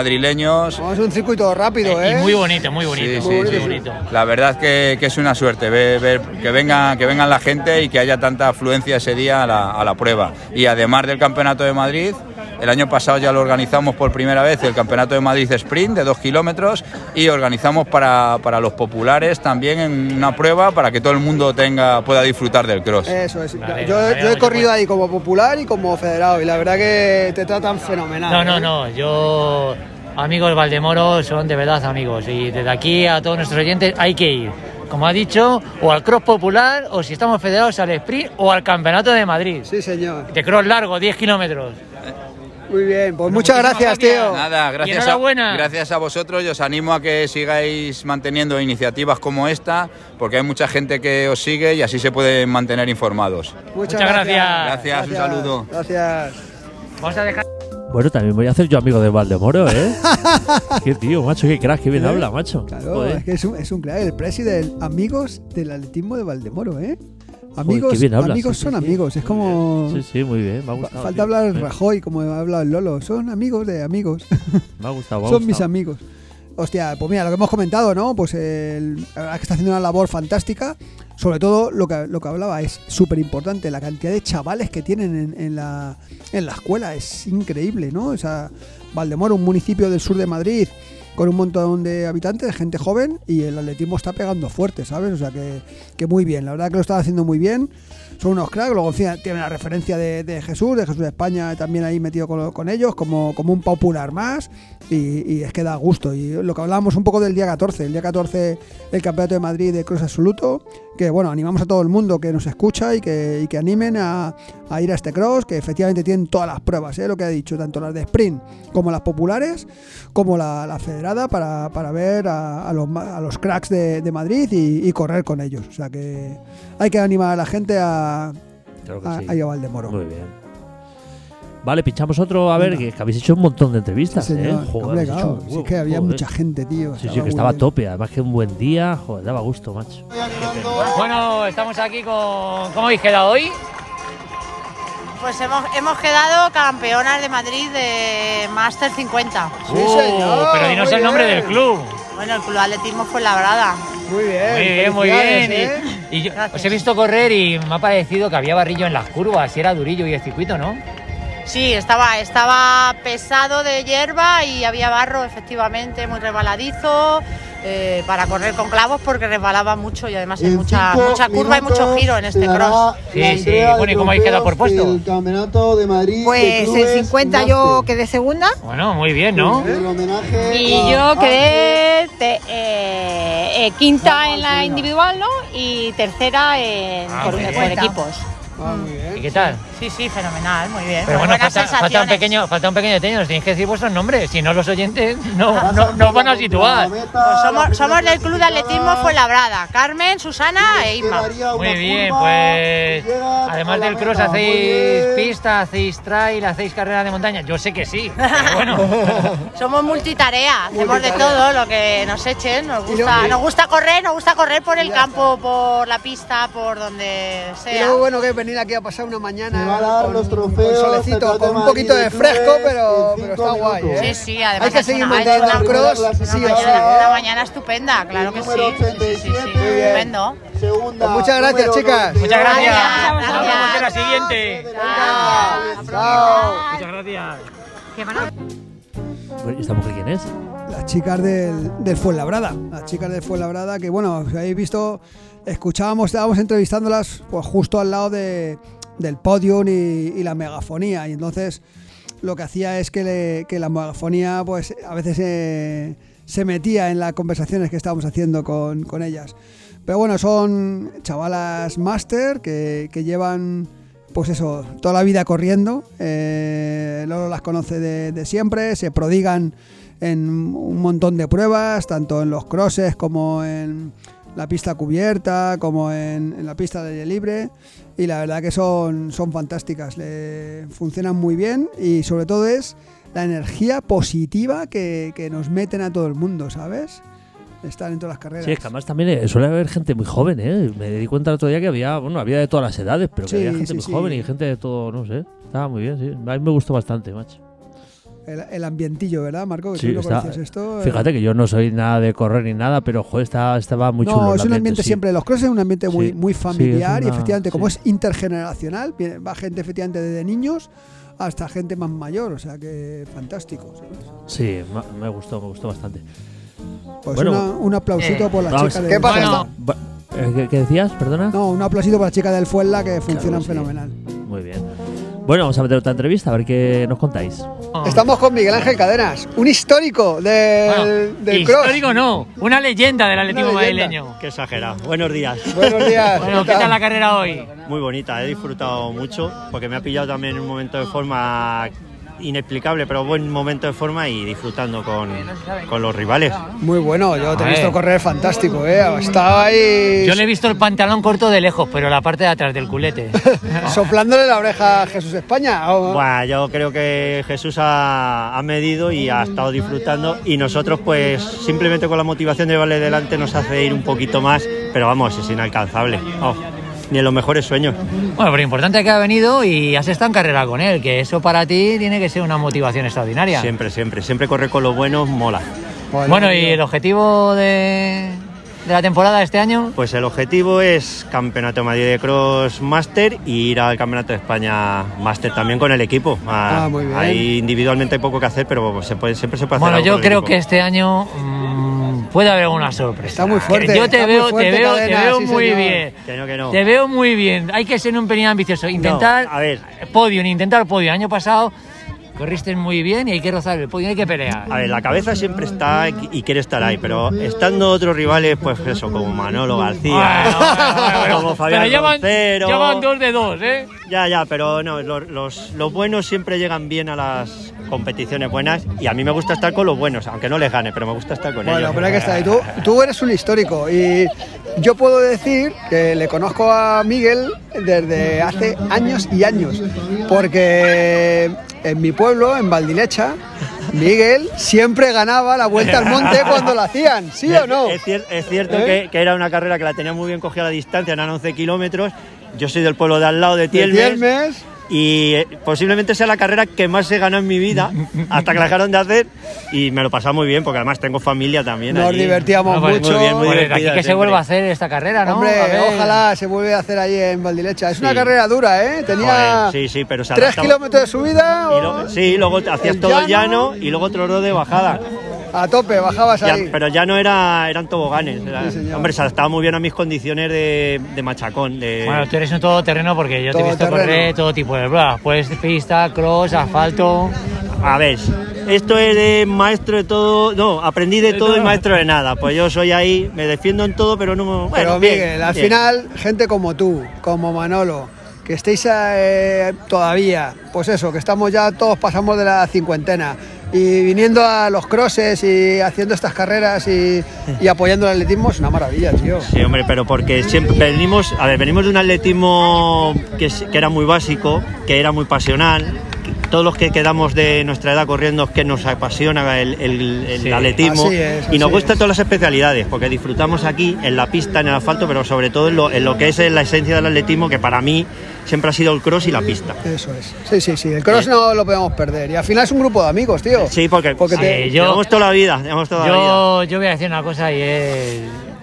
Speaker 8: madrileños
Speaker 6: Vamos a un circuito rápido,
Speaker 3: Y
Speaker 6: ¿eh?
Speaker 3: muy bonito, muy bonito,
Speaker 8: Sí,
Speaker 3: muy
Speaker 8: sí, sí.
Speaker 3: bonito.
Speaker 8: La verdad es que, que es una suerte ver, ver que, venga, que vengan la gente y que haya tanta afluencia ese día a la, a la prueba. Y además del Campeonato de Madrid, el año pasado ya lo organizamos por primera vez, el Campeonato de Madrid Sprint de dos kilómetros, y organizamos para, para los populares también en una prueba para que todo el mundo tenga, pueda disfrutar del cross.
Speaker 6: Eso es.
Speaker 3: Vale,
Speaker 6: yo,
Speaker 3: vale,
Speaker 6: yo
Speaker 3: vale,
Speaker 6: he corrido
Speaker 3: pues.
Speaker 6: ahí como popular y como federado y la verdad que te tratan fenomenal.
Speaker 3: No, no,
Speaker 6: ¿eh?
Speaker 3: no, yo... Amigos Valdemoro son de verdad amigos y desde aquí a todos nuestros oyentes hay que ir, como ha dicho, o al Cross Popular o si estamos federados al Sprint o al Campeonato de Madrid.
Speaker 6: Sí, señor.
Speaker 3: De Cross largo, 10 kilómetros.
Speaker 6: Muy bien, pues muchas gracias, tío.
Speaker 8: Nada,
Speaker 3: Y
Speaker 8: gracias a,
Speaker 3: enhorabuena.
Speaker 8: gracias a vosotros y os animo a que sigáis manteniendo iniciativas como esta, porque hay mucha gente que os sigue y así se pueden mantener informados.
Speaker 3: Muchas gracias.
Speaker 8: Gracias, un saludo.
Speaker 6: Gracias.
Speaker 3: Vamos a dejar...
Speaker 2: Bueno, también voy a hacer yo amigo de Valdemoro, ¿eh? qué tío, macho, qué crack, qué bien
Speaker 6: ¿Eh?
Speaker 2: habla, macho.
Speaker 1: Claro, eh.
Speaker 2: Joder.
Speaker 1: es que es un, es un crack, el presi del amigos del atletismo de Valdemoro, ¿eh? Amigos,
Speaker 2: qué bien habla,
Speaker 1: amigos
Speaker 2: sí,
Speaker 1: son
Speaker 2: sí, sí.
Speaker 1: amigos, es
Speaker 2: Muy
Speaker 1: como...
Speaker 2: Sí, sí, muy bien, me ha
Speaker 1: fa-
Speaker 2: gustado.
Speaker 1: Falta
Speaker 2: tío.
Speaker 1: hablar
Speaker 2: Me-
Speaker 1: Rajoy, como ha hablado el Lolo, son amigos de amigos.
Speaker 2: Me ha gustado, me ha
Speaker 1: Son mis
Speaker 2: gustado.
Speaker 1: amigos. Hostia, pues mira, lo que hemos comentado, ¿no? Pues el, la verdad es que está haciendo una labor fantástica. Sobre todo lo que, lo que hablaba es súper importante. La cantidad de chavales que tienen en, en la, en la escuela es increíble, ¿no? O sea, Valdemoro, un municipio del sur de Madrid con un montón de habitantes, de gente joven, y el atletismo está pegando fuerte, ¿sabes? O sea que, que muy bien, la verdad que lo está haciendo muy bien. Son unos cracks, luego encima tienen la referencia de, de Jesús, de Jesús de España también ahí metido con, con ellos, como, como un popular más, y, y es que da gusto. Y lo que hablábamos un poco del día 14, el día 14 el Campeonato de Madrid de Cross Absoluto, que bueno, animamos a todo el mundo que nos escucha y que, y que animen a, a ir a este cross, que efectivamente tienen todas las pruebas, ¿eh? lo que ha dicho, tanto las de sprint como las populares, como la, la federada, para, para ver a, a los, ma- a los cracks de, de Madrid y, y correr con ellos. O sea que hay que animar a la gente a,
Speaker 2: Claro que
Speaker 1: a,
Speaker 2: sí.
Speaker 1: a ir a Valdemoro.
Speaker 2: Muy bien. Vale, pinchamos otro. A ver, que, que habéis hecho un montón de entrevistas,
Speaker 1: Sí, Este señor.
Speaker 2: ¿eh? Joder,
Speaker 1: Hombre,
Speaker 2: habéis hecho
Speaker 1: claro,
Speaker 2: un
Speaker 1: sí
Speaker 2: huevo,
Speaker 1: que había
Speaker 2: joder.
Speaker 1: mucha gente, tío.
Speaker 2: Sí, sí, que estaba a
Speaker 1: muy bien.
Speaker 2: tope. Además que un buen día. Joder, daba gusto, macho.
Speaker 3: Bueno, estamos aquí con... ¿Cómo habéis quedado hoy?
Speaker 9: Pues hemos, hemos quedado campeonas de Madrid de Master 50.
Speaker 6: Sí,
Speaker 2: Oh.
Speaker 6: señor,
Speaker 3: Uh, pero dinos
Speaker 6: muy
Speaker 3: el nombre
Speaker 6: bien.
Speaker 3: del club.
Speaker 9: Bueno, el Club Atletismo fue labrada.
Speaker 6: Muy bien.
Speaker 3: Muy bien, muy bien.
Speaker 6: felicidades, ¿eh?
Speaker 3: Y, y yo-
Speaker 9: Gracias.
Speaker 3: os he visto correr y me ha parecido que había barrillo en las curvas y era durillo y el circuito, ¿no?
Speaker 9: Sí, estaba, estaba pesado de hierba y había barro, efectivamente, muy resbaladizo. eh, para correr con clavos porque resbalaba mucho y además hay
Speaker 6: En
Speaker 9: mucha,
Speaker 6: cinco
Speaker 9: mucha curva y mucho
Speaker 6: minutos
Speaker 9: giro en este
Speaker 6: se dará
Speaker 9: cross.
Speaker 3: Sí,
Speaker 6: la
Speaker 3: sí,
Speaker 6: entrega de
Speaker 3: bueno, ¿y cómo habéis quedado por
Speaker 6: trofeos
Speaker 3: puesto?
Speaker 6: del Campeonato de Madrid. de
Speaker 9: Pues en
Speaker 6: clubes
Speaker 9: 50 yo
Speaker 6: máster.
Speaker 9: quedé segunda
Speaker 3: Bueno, muy bien, ¿no?
Speaker 6: El homenaje
Speaker 10: Y
Speaker 6: a-
Speaker 10: yo quedé te- eh, eh, quinta en la individual, ¿no? Y tercera en,
Speaker 3: Ah,
Speaker 10: por,
Speaker 3: muy
Speaker 10: por
Speaker 3: bien.
Speaker 10: equipos.
Speaker 6: Ah, muy bien.
Speaker 3: ¿Y qué tal?
Speaker 9: Sí, sí, fenomenal, muy bien.
Speaker 3: Pero
Speaker 9: muy
Speaker 3: bueno,
Speaker 9: buenas
Speaker 3: falta, falta un
Speaker 9: sensaciones.
Speaker 3: pequeño, falta un pequeño detalle, nos tenéis que decir vuestros nombres, si no los oyentes
Speaker 6: Ah,
Speaker 3: no, no, no os van a situar.
Speaker 9: Pues somos, somos del Club de Atletismo Fuenlabrada. Carmen, Susana e Isma.
Speaker 3: Muy bien, pues además del cross hacéis pista, hacéis trail, hacéis carreras de montaña. Yo sé que sí, pero bueno.
Speaker 9: Somos multitarea, hacemos de
Speaker 3: Multitarea.
Speaker 9: todo lo que nos echen. Nos gusta,
Speaker 3: luego-
Speaker 9: nos gusta correr, nos gusta correr por el campo, por la pista, por donde
Speaker 1: Y
Speaker 9: sea.
Speaker 1: luego, bueno, que es venir aquí a pasar una mañana
Speaker 6: va a dar
Speaker 1: con,
Speaker 6: los
Speaker 1: con
Speaker 6: trofeos,
Speaker 1: solecito,
Speaker 6: Central de
Speaker 1: con un
Speaker 6: Madrid
Speaker 1: poquito de
Speaker 6: de
Speaker 1: fresco,
Speaker 6: clubes,
Speaker 1: pero,
Speaker 6: en
Speaker 1: pero
Speaker 6: cinco
Speaker 1: está guay,
Speaker 6: minutos.
Speaker 1: ¿eh?
Speaker 9: Sí, sí, además
Speaker 1: Hay que
Speaker 9: es
Speaker 1: seguir
Speaker 9: una, es
Speaker 1: mandando
Speaker 9: una
Speaker 1: al
Speaker 9: cross,
Speaker 1: cross,
Speaker 9: una
Speaker 1: sí o
Speaker 9: mañana,
Speaker 1: sí.
Speaker 9: una mañana estupenda, claro que sí. sí, sí, sí, sí, Estupendo.
Speaker 1: Pues muchas gracias, chicas.
Speaker 9: Muchas gracias.
Speaker 3: Nos vemos en la siguiente.
Speaker 1: Chao.
Speaker 3: Muchas gracias.
Speaker 2: Bueno, ¿y ¿Esta mujer quién es?
Speaker 1: Las chicas del, del Fuenlabrada. Las chicas del Fuenlabrada, que bueno, os habéis visto, escuchábamos, estábamos entrevistándolas pues, justo al lado de, del podium y, y la megafonía. Y entonces lo que hacía es que, le- que la megafonía, pues a veces eh, se metía en las conversaciones que estábamos haciendo con, con ellas. Pero bueno, son chavalas máster que, que llevan, pues eso, toda la vida corriendo. Eh, Lolo las conoce de, de siempre, se prodigan en un montón de pruebas, tanto en los crosses como en la pista cubierta, como en, en la pista de aire libre. Y la verdad que son, son fantásticas, le funcionan muy bien y sobre todo es la energía positiva que, que nos meten a todo el mundo, ¿sabes? Están en todas las carreras.
Speaker 2: Sí, es que además también eh, suele haber gente muy joven, ¿eh? Me di cuenta el otro día que había, bueno, había de todas las edades, pero que
Speaker 1: Sí,
Speaker 2: había gente
Speaker 1: sí,
Speaker 2: muy
Speaker 1: sí.
Speaker 2: joven y gente de todo, no sé. Estaba muy bien, sí. A mí me gustó bastante, macho.
Speaker 1: El, el ambientillo, ¿verdad, Marco? Que
Speaker 2: Sí,
Speaker 1: tú Pues lo
Speaker 2: está-
Speaker 1: conocías esto. eh.
Speaker 2: Fíjate que yo no soy nada de correr ni nada, pero joder, estaba, estaba muy chulo.
Speaker 1: no,
Speaker 2: el
Speaker 1: es un ambiente
Speaker 2: sí.
Speaker 1: siempre, los crosses es un ambiente muy,
Speaker 2: Sí,
Speaker 1: muy
Speaker 2: sí, es
Speaker 1: familiar y
Speaker 2: una-
Speaker 1: efectivamente como
Speaker 2: sí.
Speaker 1: es intergeneracional, viene- va gente efectivamente desde niños hasta gente más mayor, o sea que fantástico. ¿sabes?
Speaker 2: Sí, ma- me gustó, me gustó bastante.
Speaker 1: Pues una- un aplausito por la
Speaker 2: vamos.
Speaker 1: chica del- Eh, ¿Qué pasa? Bueno.
Speaker 2: Va- eh, ¿Qué, qué decías? Perdona.
Speaker 1: No, un aplausito para la chica del Fuenla que funcionan fenomenal.
Speaker 2: Muy bien. Bueno, vamos a meter otra entrevista, a ver qué nos contáis.
Speaker 1: Estamos con Miguel Ángel Cadenas, un histórico del, del cross.
Speaker 3: Histórico no, una leyenda del atletismo
Speaker 1: Una leyenda.
Speaker 3: madrileño.
Speaker 11: Qué exagerado. Buenos días.
Speaker 1: Buenos días.
Speaker 3: Bueno, ¿qué tal la carrera hoy?
Speaker 11: Muy bonita, he disfrutado mucho porque me ha pillado también en un momento de forma inexplicable, pero buen momento de forma y disfrutando con, con los rivales.
Speaker 1: Muy bueno, yo te he
Speaker 11: A
Speaker 1: visto
Speaker 11: ver.
Speaker 1: correr fantástico, eh. Estaba ahí
Speaker 3: Yo le he visto el pantalón corto de lejos, pero la parte de atrás del culete.
Speaker 1: soplándole la oreja a Jesús España. o-
Speaker 11: Bueno, yo creo que Jesús ha, ha medido y ha estado disfrutando y nosotros pues simplemente con la motivación de llevarle delante nos hace ir un poquito más, pero vamos, es inalcanzable. Vamos, ni en los mejores sueños.
Speaker 3: Bueno, pero importante que ha venido y has estado en carrera con él, que eso para ti tiene que ser una motivación extraordinaria.
Speaker 11: Siempre, siempre, siempre correr con los buenos mola.
Speaker 3: Bueno, ¿y el objetivo de, de la temporada de este año?
Speaker 11: Pues el objetivo es Campeonato de Madrid de Cross Master y ir al Campeonato de España Master también con el equipo.
Speaker 3: Ah, muy bien.
Speaker 11: Ahí individualmente hay poco que hacer, pero se puede- siempre se puede hacer.
Speaker 3: Bueno,
Speaker 11: algo
Speaker 3: yo
Speaker 11: con el
Speaker 3: creo
Speaker 11: equipo.
Speaker 3: que este año mm, puede haber alguna sorpresa. Está muy
Speaker 11: fuerte,
Speaker 3: Yo te
Speaker 11: está muy
Speaker 3: veo,
Speaker 11: fuerte,
Speaker 3: te veo, te
Speaker 11: Cadena,
Speaker 3: veo
Speaker 11: sí,
Speaker 3: muy
Speaker 11: señor.
Speaker 3: bien.
Speaker 11: Que no, que no.
Speaker 3: Te veo muy bien. Hay que ser un pelín ambicioso. Intentar
Speaker 11: a ver.
Speaker 3: podio, intentar podio. El año pasado corriste muy bien y hay que rozar el podio, hay que pelear.
Speaker 11: A ver, la cabeza siempre está y quiere estar ahí, pero estando otros rivales, pues eso, como Manolo García, como Fabián
Speaker 3: Pero ya van-
Speaker 11: Roncero.
Speaker 3: ya van dos de dos, ¿eh?
Speaker 11: Ya, ya, pero no, los, los, los buenos siempre llegan bien a las competiciones buenas y a mí me gusta estar con los buenos, aunque no les gane, pero me gusta estar con ellos.
Speaker 1: Bueno, pero hay que estar ahí. Tú, tú eres un histórico y yo puedo decir que le conozco a Miguel desde hace años y años, porque en mi pueblo, en Valdilecha, Miguel siempre ganaba la vuelta al monte cuando la hacían, ¿sí o no?
Speaker 11: Es, cier- es cierto
Speaker 1: ¿Eh?
Speaker 11: que, que era una carrera que la tenía muy bien cogida la distancia, eran 11 kilómetros. Yo soy del pueblo de al lado de Tielmes.
Speaker 1: Tielmes.
Speaker 11: Y eh, posiblemente sea la carrera que más se ganó en mi vida, hasta que la dejaron de hacer. Y me lo pasaba muy bien, porque además tengo familia también.
Speaker 1: Nos
Speaker 11: allí.
Speaker 1: divertíamos
Speaker 11: Bueno, pues,
Speaker 1: mucho.
Speaker 11: Muy bien, muy
Speaker 1: Pues
Speaker 3: Aquí
Speaker 11: divertida
Speaker 3: que se
Speaker 11: siempre.
Speaker 3: vuelva a hacer esta carrera, ¿no?
Speaker 1: Hombre,
Speaker 3: A ver.
Speaker 1: ojalá se vuelva a hacer ahí en Valdilecha. Es una
Speaker 11: Sí.
Speaker 1: carrera dura, ¿eh? Tenía
Speaker 11: Joder, sí, sí, pero se
Speaker 1: tres
Speaker 11: adaptaba.
Speaker 1: kilómetros de subida
Speaker 11: Y luego- sí, luego hacías
Speaker 1: El
Speaker 11: todo el
Speaker 1: llano.
Speaker 11: llano y luego otros dos de bajada.
Speaker 1: a tope, bajabas
Speaker 11: Ya,
Speaker 1: ahí.
Speaker 11: pero ya no era, eran toboganes. era-
Speaker 1: Sí, señor.
Speaker 11: hombre, se adaptaba muy bien a mis condiciones de, de machacón. De,
Speaker 3: Bueno, tú eres un todoterreno porque yo te he visto correr
Speaker 11: Todoterreno.
Speaker 3: todo tipo de pruebas. Pues pista, cross, asfalto.
Speaker 11: A ver, esto es de maestro de todo. No, aprendí de todo y maestro de nada. Pues yo soy ahí, me defiendo en todo, pero no. Bueno,
Speaker 1: Pero
Speaker 11: bien,
Speaker 1: Miguel, al
Speaker 11: bien.
Speaker 1: final, gente como tú, como Manolo, que estéis eh, todavía, pues eso, que estamos ya todos pasamos de la cincuentena y viniendo a los crosses y haciendo estas carreras y, y apoyando el atletismo es una maravilla, tío.
Speaker 11: Sí, hombre, pero porque siempre venimos, a ver, venimos de un atletismo que, es- que era muy básico, que era muy pasional. Todos los que quedamos de nuestra edad corriendo es que nos apasiona el, el- el
Speaker 12: Sí.
Speaker 11: atletismo
Speaker 12: Así es,
Speaker 11: y nos
Speaker 12: así
Speaker 11: gustan todas las especialidades, porque disfrutamos aquí en la pista, en el asfalto, pero sobre todo en lo, en lo que es la esencia del atletismo, que para mí siempre ha sido el cross y la pista.
Speaker 1: Eso es. Sí, sí, sí. El cross no lo podemos perder. Y al final es un grupo de amigos, tío.
Speaker 11: Sí, porque,
Speaker 1: Porque te-
Speaker 11: Sí, yo- llevamos toda la vida, llevamos toda la vida.
Speaker 3: Yo, yo voy a decir una cosa y es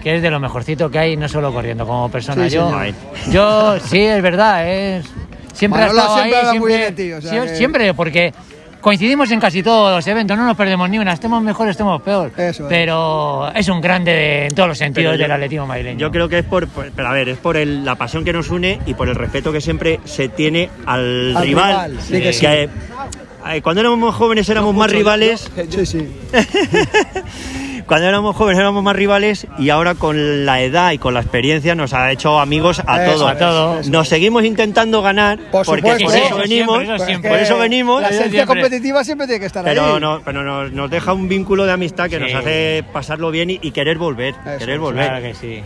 Speaker 3: que es de lo mejorcito que hay, no solo corriendo como persona.
Speaker 11: Sí,
Speaker 3: yo,
Speaker 11: señor.
Speaker 3: yo, sí, es verdad, es, siempre ha
Speaker 1: Manolo
Speaker 3: estado
Speaker 1: siempre
Speaker 3: ahí,
Speaker 1: habla muy
Speaker 3: siempre,
Speaker 1: bien de ti, o sea
Speaker 3: sí,
Speaker 1: que-
Speaker 3: siempre, porque coincidimos en casi todos los eventos, no nos perdemos ni una, estemos mejor, estemos peor, pero es un grande de- en todos los sentidos
Speaker 11: Pero yo-
Speaker 3: del atletismo madrileño.
Speaker 11: Yo creo que es por, por- pero a ver, es por el- la pasión que nos une y por el respeto que siempre se tiene al,
Speaker 3: Al
Speaker 11: rival.
Speaker 3: rival, sí que sí.
Speaker 11: eh, eh, cuando éramos jóvenes éramos más rivales.
Speaker 1: Sí, sí.
Speaker 11: Cuando éramos jóvenes éramos más rivales y ahora con la edad y con la experiencia nos ha hecho amigos a
Speaker 3: Eso
Speaker 11: todos.
Speaker 3: es, A todos. eso es.
Speaker 11: Nos seguimos intentando ganar porque
Speaker 3: supuesto. Eso
Speaker 11: por eso
Speaker 3: siempre,
Speaker 11: venimos.
Speaker 3: eso siempre.
Speaker 11: Por eso venimos.
Speaker 1: Pues La esencia competitiva siempre tiene que estar
Speaker 11: Pero,
Speaker 1: ahí.
Speaker 11: no, pero nos, nos deja un vínculo de amistad que
Speaker 1: Sí.
Speaker 11: nos hace pasarlo bien y, y querer volver. querer
Speaker 1: es,
Speaker 11: volver.
Speaker 1: claro que
Speaker 11: sí.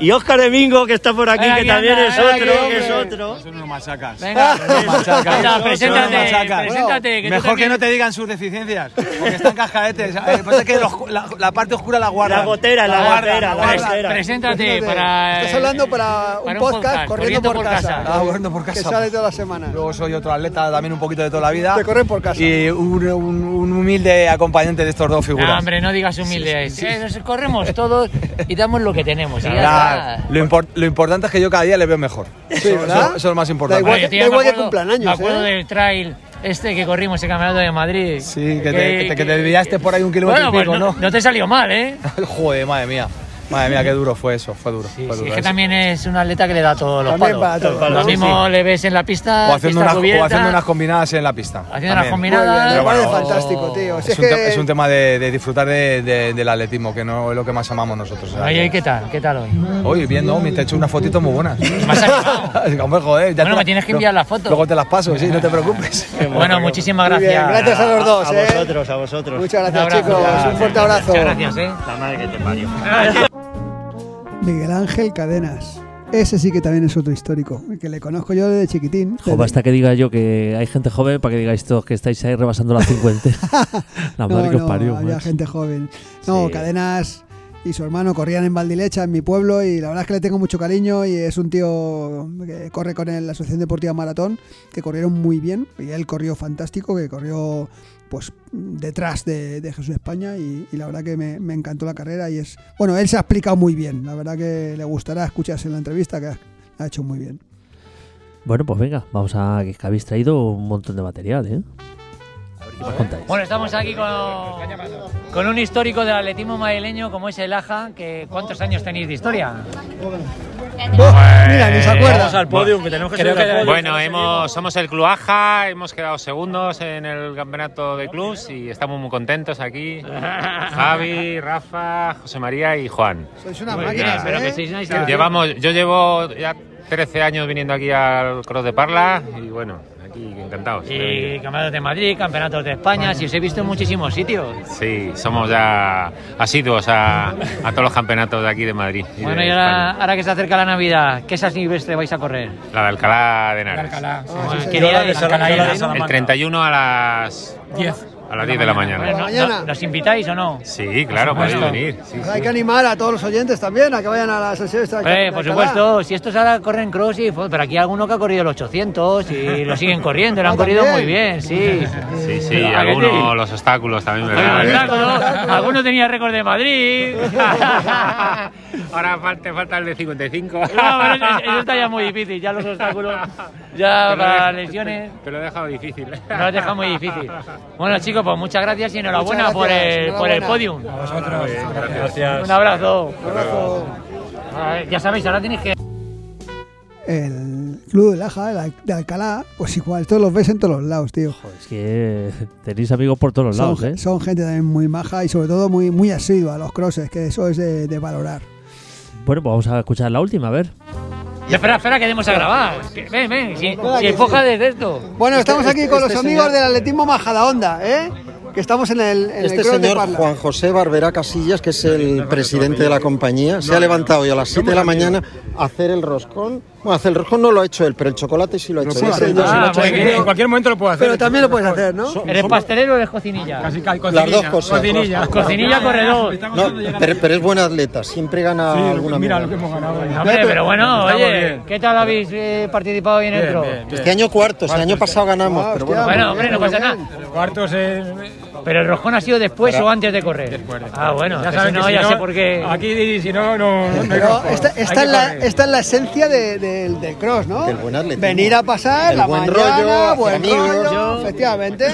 Speaker 11: Y Óscar Domingo, que está por aquí,
Speaker 12: Ven
Speaker 11: que
Speaker 12: aquí,
Speaker 11: también
Speaker 12: anda,
Speaker 11: es
Speaker 12: ven
Speaker 11: otro,
Speaker 12: aquí,
Speaker 11: que es
Speaker 12: hombre.
Speaker 11: otro.
Speaker 12: Son unos machacas.
Speaker 3: Venga,
Speaker 12: Son unos machacas.
Speaker 3: anda,
Speaker 12: Son unos
Speaker 3: preséntate,
Speaker 12: machacas.
Speaker 3: preséntate, que tú
Speaker 12: Mejor que
Speaker 3: también-
Speaker 12: no te digan sus deficiencias, porque están cascadetes. A ver, pasa este, que los- la, la parte oscura la guardan.
Speaker 11: La gotera, la
Speaker 12: guardan,
Speaker 11: gotera, la
Speaker 12: guardan.
Speaker 11: gotera.
Speaker 3: Preséntate para...
Speaker 1: Estás hablando para un,
Speaker 3: para un
Speaker 1: podcast,
Speaker 3: podcast,
Speaker 1: corriendo, por, casa.
Speaker 12: Ah, corriendo por casa.
Speaker 1: Que sale todas las semanas.
Speaker 12: Luego soy otro atleta también un poquito de toda la vida.
Speaker 1: Te corren por casa.
Speaker 12: Y un, un- un humilde acompañante de estos dos figuras.
Speaker 3: No, Ah, hombre, no digas humilde. Eh, nos corremos todos y damos lo que tenemos. y ya
Speaker 12: Nah,
Speaker 3: está.
Speaker 12: lo, impor- lo importante es que yo cada día le veo mejor. eso,
Speaker 1: ¿verdad?
Speaker 12: eso- eso es lo más importante.
Speaker 3: Oye, tío, me acuerdo- Me
Speaker 1: ¿eh?
Speaker 3: acuerdo
Speaker 12: ¿eh?
Speaker 3: del trail este que corrimos en Campeonato de Madrid.
Speaker 12: Sí, que te, que te- que te desviaste por ahí un kilómetro
Speaker 3: Bueno,
Speaker 12: y
Speaker 3: pues
Speaker 12: pico,
Speaker 3: no,
Speaker 12: ¿no?
Speaker 3: no te salió mal, ¿eh?
Speaker 12: Joder, madre mía. Madre mía, qué duro fue eso, fue duro. fue
Speaker 3: Sí,
Speaker 12: duro
Speaker 3: es que
Speaker 12: eso.
Speaker 3: también es un atleta que le da todos los
Speaker 12: Pues También
Speaker 3: palos.
Speaker 12: va a todos,
Speaker 3: Lo
Speaker 12: sí,
Speaker 3: mismo
Speaker 12: sí.
Speaker 3: le ves en la pista,
Speaker 12: o, haciendo
Speaker 3: pista
Speaker 12: unas, o
Speaker 3: cubierta.
Speaker 12: haciendo unas combinadas en la pista.
Speaker 3: Haciendo unas
Speaker 12: también.
Speaker 3: combinadas. Muy bien,
Speaker 12: Pero
Speaker 3: me parece
Speaker 12: bueno,
Speaker 1: ¿eh? Fantástico, tío. Si es
Speaker 12: Es, un
Speaker 1: que-
Speaker 12: tema, es un tema de, de disfrutar de- de- del atletismo, que no es lo que más amamos nosotros. ¿sabes?
Speaker 3: Oye, ¿y ¿qué tal? ¿Qué tal hoy?
Speaker 12: Hoy viendo, me te he hecho unas fotitos muy buenas. Hombre, joder, ya te
Speaker 3: Bueno,
Speaker 12: la-
Speaker 3: me tienes que
Speaker 12: lo-
Speaker 3: enviar las fotos.
Speaker 12: Luego te las paso, sí, no te preocupes.
Speaker 3: Bueno, muchísimas
Speaker 1: Muy
Speaker 3: gracias.
Speaker 1: bien, gracias a los dos.
Speaker 11: A
Speaker 1: ¿eh?
Speaker 11: vosotros, a vosotros.
Speaker 1: Muchas gracias,
Speaker 11: Un abrazo.
Speaker 1: chicos.
Speaker 11: Gracias.
Speaker 1: Un fuerte abrazo.
Speaker 11: Muchas gracias, eh. La madre que te parió.
Speaker 1: Miguel Ángel Cadenas. Ese sí que también es otro histórico, que le conozco yo desde chiquitín.
Speaker 2: Jo, basta que diga yo que hay gente joven para que digáis todos que estáis ahí rebasando la 50. la madre
Speaker 1: no,
Speaker 2: que os
Speaker 1: no,
Speaker 2: parió.
Speaker 1: había
Speaker 2: macho.
Speaker 1: gente joven. No, Cadenas y su hermano corrían en Valdilecha, en mi pueblo, y la verdad es que le tengo mucho cariño y es un tío que corre con el- la Asociación Deportiva Maratón, que corrieron muy bien, y él corrió fantástico, que corrió pues detrás de, de Jesús España y, y la verdad que me, me encantó la carrera y es bueno él se ha explicado muy bien la verdad que le gustará escucharse en la entrevista que ha- ha hecho muy bien
Speaker 2: Bueno, pues venga, vamos a que habéis traído un montón de material, ¿eh? A ver qué más contáis.
Speaker 3: Bueno, estamos aquí con, con un histórico del atletismo madrileño como es el Aja, que ¿cuántos años tenéis de historia?
Speaker 1: mira, ni se acuerda.
Speaker 13: Vamos al podium, que tenemos que
Speaker 14: Creo
Speaker 13: subir al
Speaker 14: que-
Speaker 13: podio.
Speaker 14: bueno, hemos, somos el Club Aja, hemos quedado segundos en el campeonato de clubs y estamos muy contentos aquí. Javi, Rafa, José María y Juan.
Speaker 1: Sois unas
Speaker 14: Muy
Speaker 1: máquinas,
Speaker 14: bien.
Speaker 1: ¿eh?
Speaker 14: Claro. Llevamos, yo llevo ya 13 años viniendo aquí al Cross de Parla y bueno, aquí encantados.
Speaker 3: Y campeonatos de Madrid, campeonatos de España, si os he visto en muchísimos sitios.
Speaker 14: Sí, somos ya asiduos a, a todos los campeonatos de aquí de Madrid. y de
Speaker 3: Bueno, y
Speaker 14: España.
Speaker 3: ahora, ahora que se acerca la Navidad, ¿qué San Silvestre vais a correr?
Speaker 14: La de Alcalá de Henares.
Speaker 3: Bueno, ¿Qué día es? Alcalá de Henares.
Speaker 14: El 31 a las 10 a las 10 de la mañana.
Speaker 3: Bueno, ¿no- no- ¿Los invitáis o no?
Speaker 14: Sí, claro,
Speaker 3: Por
Speaker 14: podéis
Speaker 3: supuesto.
Speaker 14: venir. sí, sí.
Speaker 1: hay que animar a todos los oyentes también a que vayan a la sesión esta de
Speaker 3: Eh, por
Speaker 1: Alcalá.
Speaker 3: supuesto, si estos ahora corren cross, y, pero aquí hay alguno que ha corrido el 800 y lo siguen corriendo, lo han
Speaker 1: Ah,
Speaker 3: corrido muy
Speaker 1: también.
Speaker 3: bien, sí.
Speaker 14: Sí, sí,
Speaker 3: ¿A que
Speaker 14: algunos
Speaker 3: sí?
Speaker 14: los obstáculos también, ¿verdad?
Speaker 3: Alguno- Alguno tenía récord de Madrid.
Speaker 14: Ahora falta, falta el de 55.
Speaker 3: No, pero eso, eso está ya muy difícil, ya los obstáculos,
Speaker 14: Te
Speaker 3: ya
Speaker 14: lo
Speaker 3: para
Speaker 14: dejo-
Speaker 3: lesiones,
Speaker 14: Te lo he dejado difícil.
Speaker 3: nos has dejado muy difícil. Bueno chicos, pues muchas gracias y enhorabuena
Speaker 14: Muchas
Speaker 3: por
Speaker 14: gracias,
Speaker 3: el, por el
Speaker 14: enhorabuena.
Speaker 3: podium.
Speaker 13: Gracias.
Speaker 3: Un abrazo. Ah, Ya sabéis, ahora tenéis que...
Speaker 1: el Club de Laja, el Al- de Alcalá, pues igual, todos los ves en todos los lados, tío.
Speaker 2: Pues Es que tenéis amigos por todos los lados,
Speaker 1: son,
Speaker 2: ¿eh?
Speaker 1: son gente también muy maja y sobre todo muy, muy asidua a los crosses, que eso es de, de valorar.
Speaker 2: Bueno, pues vamos a escuchar la última, a ver.
Speaker 3: Espera, espera, que demos a grabar. Que- Ven, ven, si, si enfoca desde esto.
Speaker 1: Bueno, estamos
Speaker 3: Este-
Speaker 1: aquí con
Speaker 3: este
Speaker 1: los amigos
Speaker 3: señor-
Speaker 1: del atletismo Majadahonda, ¿eh? Que estamos en el, en el
Speaker 15: Este
Speaker 1: Cross de
Speaker 15: señor
Speaker 1: Parla.
Speaker 15: Juan José Barberá Casillas, que es el presidente de la compañía, se ha levantado hoy a las 7 de la mañana a hacer el roscón. Bueno, hacer el roscón no lo ha hecho él, pero el chocolate sí lo ha hecho.
Speaker 1: puedo
Speaker 15: Ese
Speaker 1: hacer
Speaker 15: señor
Speaker 1: yo.
Speaker 15: sí lo ha
Speaker 1: Ah,
Speaker 5: pues
Speaker 15: hecho.
Speaker 1: muy bien. En
Speaker 15: cualquier momento lo puedo hacer.
Speaker 1: Pero también lo puedes hacer, ¿no?
Speaker 3: ¿Eres pastelero o eres cocinilla? Casi,
Speaker 15: Las dos cosas. las dos
Speaker 3: Cocinilla,
Speaker 15: cosas.
Speaker 3: corredor.
Speaker 15: No, pero, pero es buen atleta, siempre gana alguna medalla.
Speaker 3: No, hombre, pero bueno, oye, ¿qué tal habéis eh, participado hoy en el tro?
Speaker 15: Este año cuarto, este año pasado ganamos.
Speaker 5: Ah,
Speaker 15: pero bueno,
Speaker 3: Bueno, hombre, no pasa nada.
Speaker 5: Cuartos es.
Speaker 3: Pero el roscón ha sido después
Speaker 15: Para-
Speaker 3: o antes de correr. Ah, bueno,
Speaker 5: Ya
Speaker 3: que
Speaker 5: saben
Speaker 3: si
Speaker 5: que
Speaker 3: no,
Speaker 5: si
Speaker 3: ya
Speaker 5: no-
Speaker 3: sé por qué.
Speaker 5: Aquí, si no, no. no me
Speaker 1: Pero
Speaker 5: conformo.
Speaker 1: esta,
Speaker 5: Hay
Speaker 1: esta
Speaker 5: que
Speaker 1: es la,
Speaker 5: correr.
Speaker 1: esta es la esencia de- de- del cross, ¿no?
Speaker 15: Del buen atletismo.
Speaker 1: Venir a pasar
Speaker 15: Del
Speaker 1: la
Speaker 15: buen
Speaker 1: mañana,
Speaker 15: rollo,
Speaker 1: buen
Speaker 15: amigos.
Speaker 1: rollo, efectivamente.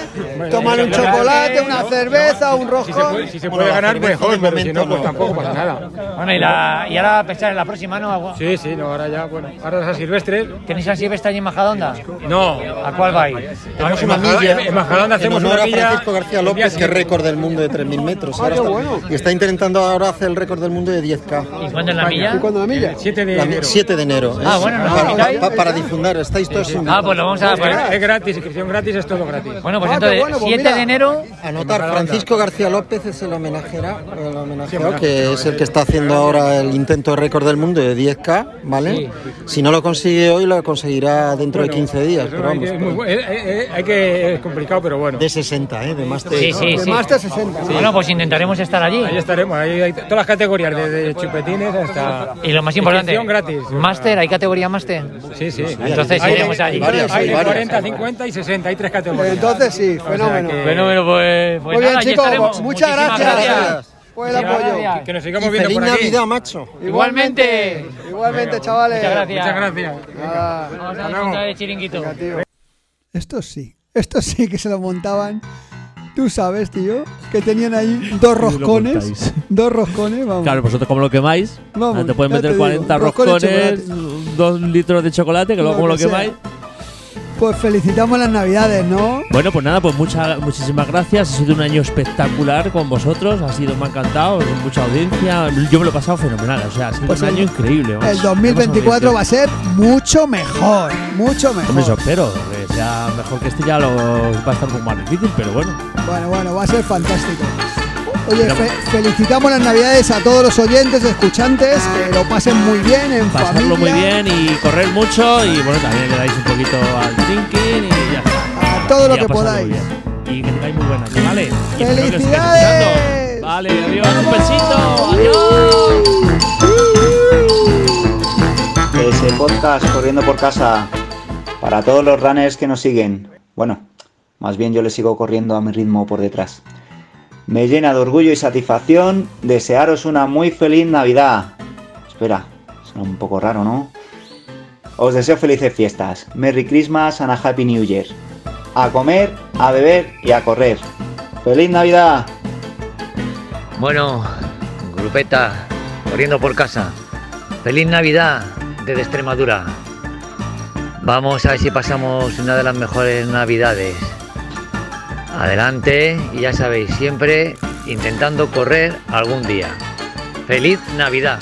Speaker 1: Tomar
Speaker 5: yo
Speaker 1: un
Speaker 5: creo que-
Speaker 1: chocolate, una cerveza, un roscón.
Speaker 5: Si se puede ganar,
Speaker 15: este
Speaker 5: mejor, pero si no, pues tampoco pasa nada.
Speaker 3: Bueno, y, la, y ahora pensar en la próxima, ¿no? Agua-
Speaker 5: Sí, sí, no, ahora ya, bueno. Ahora es a Silvestre.
Speaker 3: ¿Tenéis a Silvestre allí en Majadonda?
Speaker 5: No.
Speaker 3: ¿A cuál vais?
Speaker 5: Hacemos
Speaker 15: En
Speaker 5: una milla.
Speaker 15: Majadahonda-
Speaker 5: En Majadahonda hacemos
Speaker 15: en honor
Speaker 5: una
Speaker 15: a
Speaker 5: milla.
Speaker 15: Francisco García López, que es récord del mundo de 3.000 metros.
Speaker 5: Ah,
Speaker 15: Ahora
Speaker 5: qué
Speaker 15: está-
Speaker 5: bueno.
Speaker 15: Y está intentando ahora hacer el récord del mundo de 10K.
Speaker 3: ¿Y cuándo es la milla? ¿Y cuándo
Speaker 1: la milla?
Speaker 5: 7 de
Speaker 15: La-
Speaker 5: enero.
Speaker 15: 7 de enero.
Speaker 3: Ah,
Speaker 15: es-
Speaker 3: bueno, no,
Speaker 15: pa-
Speaker 3: mira ahí.
Speaker 15: pa- Para difundir, estáis todos
Speaker 3: Ah, pues lo vamos a... pues-
Speaker 5: Es gratis, inscripción gratis, es todo gratis.
Speaker 3: Bueno, pues entonces, 7 de enero...
Speaker 15: Anotar, Francisco García López es el homenajera, el homenajeado, que es el que está haciendo ahora el intento de récord del mundo de 10K, ¿vale? Si no lo consigue hoy, lo conseguirá dentro de 15 días, pero
Speaker 5: Eso hay
Speaker 15: vamos.
Speaker 5: que- es muy bu- eh, eh, eh, hay que, es complicado, pero bueno.
Speaker 15: De 60, ¿eh? De más
Speaker 3: Sí, sí, sí. Bueno, pues intentaremos estar allí.
Speaker 5: Ahí estaremos, ahí hay todas las categorías, desde chupetines hasta.
Speaker 3: Y lo más importante,
Speaker 5: Inscripción gratis.
Speaker 3: máster, ¿hay categoría máster?
Speaker 5: Sí, sí.
Speaker 3: Entonces
Speaker 5: Hay de-
Speaker 3: iremos allí.
Speaker 5: Hay de 40, 50 y 60, hay tres categorías.
Speaker 1: Entonces sí, fenómeno.
Speaker 3: Fenómeno, pues, pues
Speaker 1: Muy bien,
Speaker 3: nada, allí
Speaker 1: chicos,
Speaker 3: estaremos.
Speaker 1: muchas
Speaker 3: Muchísimas
Speaker 1: gracias. Por el
Speaker 3: Muchísimas
Speaker 1: apoyo.
Speaker 3: gracias.
Speaker 5: Que nos
Speaker 15: Y
Speaker 5: sigamos viendo
Speaker 15: feliz
Speaker 5: por aquí.
Speaker 15: Navidad, macho.
Speaker 3: Igualmente.
Speaker 1: Igualmente, chavales.
Speaker 3: Muchas gracias.
Speaker 5: Muchas gracias.
Speaker 1: Nada.
Speaker 3: Vamos a disfrutar de chiringuito.
Speaker 1: Esto sí, esto sí que se lo montaban. Tú sabes, tío, que tenían ahí dos
Speaker 2: lo
Speaker 1: roscones.
Speaker 2: montáis.
Speaker 1: Dos roscones, vamos.
Speaker 2: Claro, vosotros como lo quemáis, ah,
Speaker 1: Vamos,
Speaker 2: te pueden
Speaker 1: ya
Speaker 2: meter
Speaker 1: te digo,
Speaker 2: 40
Speaker 1: roscones y
Speaker 2: roscones, 2 litros de chocolate, que luego como lo
Speaker 1: sea.
Speaker 2: quemáis.
Speaker 1: Pues felicitamos las navidades, ¿no?
Speaker 2: Bueno, pues nada, pues muchas, muchísimas gracias. Ha sido un año espectacular con vosotros. Ha sido, me ha encantado, mucha audiencia. Yo me lo he pasado fenomenal. O sea, ha sido
Speaker 1: Pues
Speaker 2: un
Speaker 1: el-
Speaker 2: año increíble. vamos.
Speaker 1: El 2024 va a ser mucho mejor, mucho
Speaker 2: Hombre, eso
Speaker 1: mejor.
Speaker 2: espero. Que sea mejor que este ya lo va a estar un poco más difícil, pero bueno.
Speaker 1: Bueno, bueno, va a ser fantástico. Oye,
Speaker 2: Pero-
Speaker 1: fe- felicitamos las navidades a todos los oyentes, escuchantes, que lo pasen muy bien en
Speaker 2: Pasarlo
Speaker 1: familia.
Speaker 2: muy bien y correr mucho. Y bueno, también le dais un poquito al drinking y ya está.
Speaker 1: A todo lo
Speaker 2: Y
Speaker 1: que
Speaker 2: pasadlo
Speaker 1: podáis.
Speaker 2: muy bien. Y que tengáis muy buena. ¿vale? Y espero que os estéis escuchando.
Speaker 1: ¡Felicidades!
Speaker 2: Vale, adiós. Un besito. Adiós.
Speaker 16: Ese podcast corriendo por casa para todos los runners que nos siguen. Bueno, más bien yo les sigo corriendo a mi ritmo por detrás. Me llena de orgullo y satisfacción desearos una muy feliz Navidad. Espera, suena un poco raro, ¿no? Os deseo felices fiestas. Merry Christmas and a Happy New Year. A comer, a beber y a correr. ¡Feliz Navidad!
Speaker 3: Bueno, grupeta, corriendo por casa. Feliz Navidad desde Extremadura. Vamos a ver si pasamos una de las mejores Navidades. Adelante y ya sabéis, siempre intentando correr algún día. Feliz Navidad.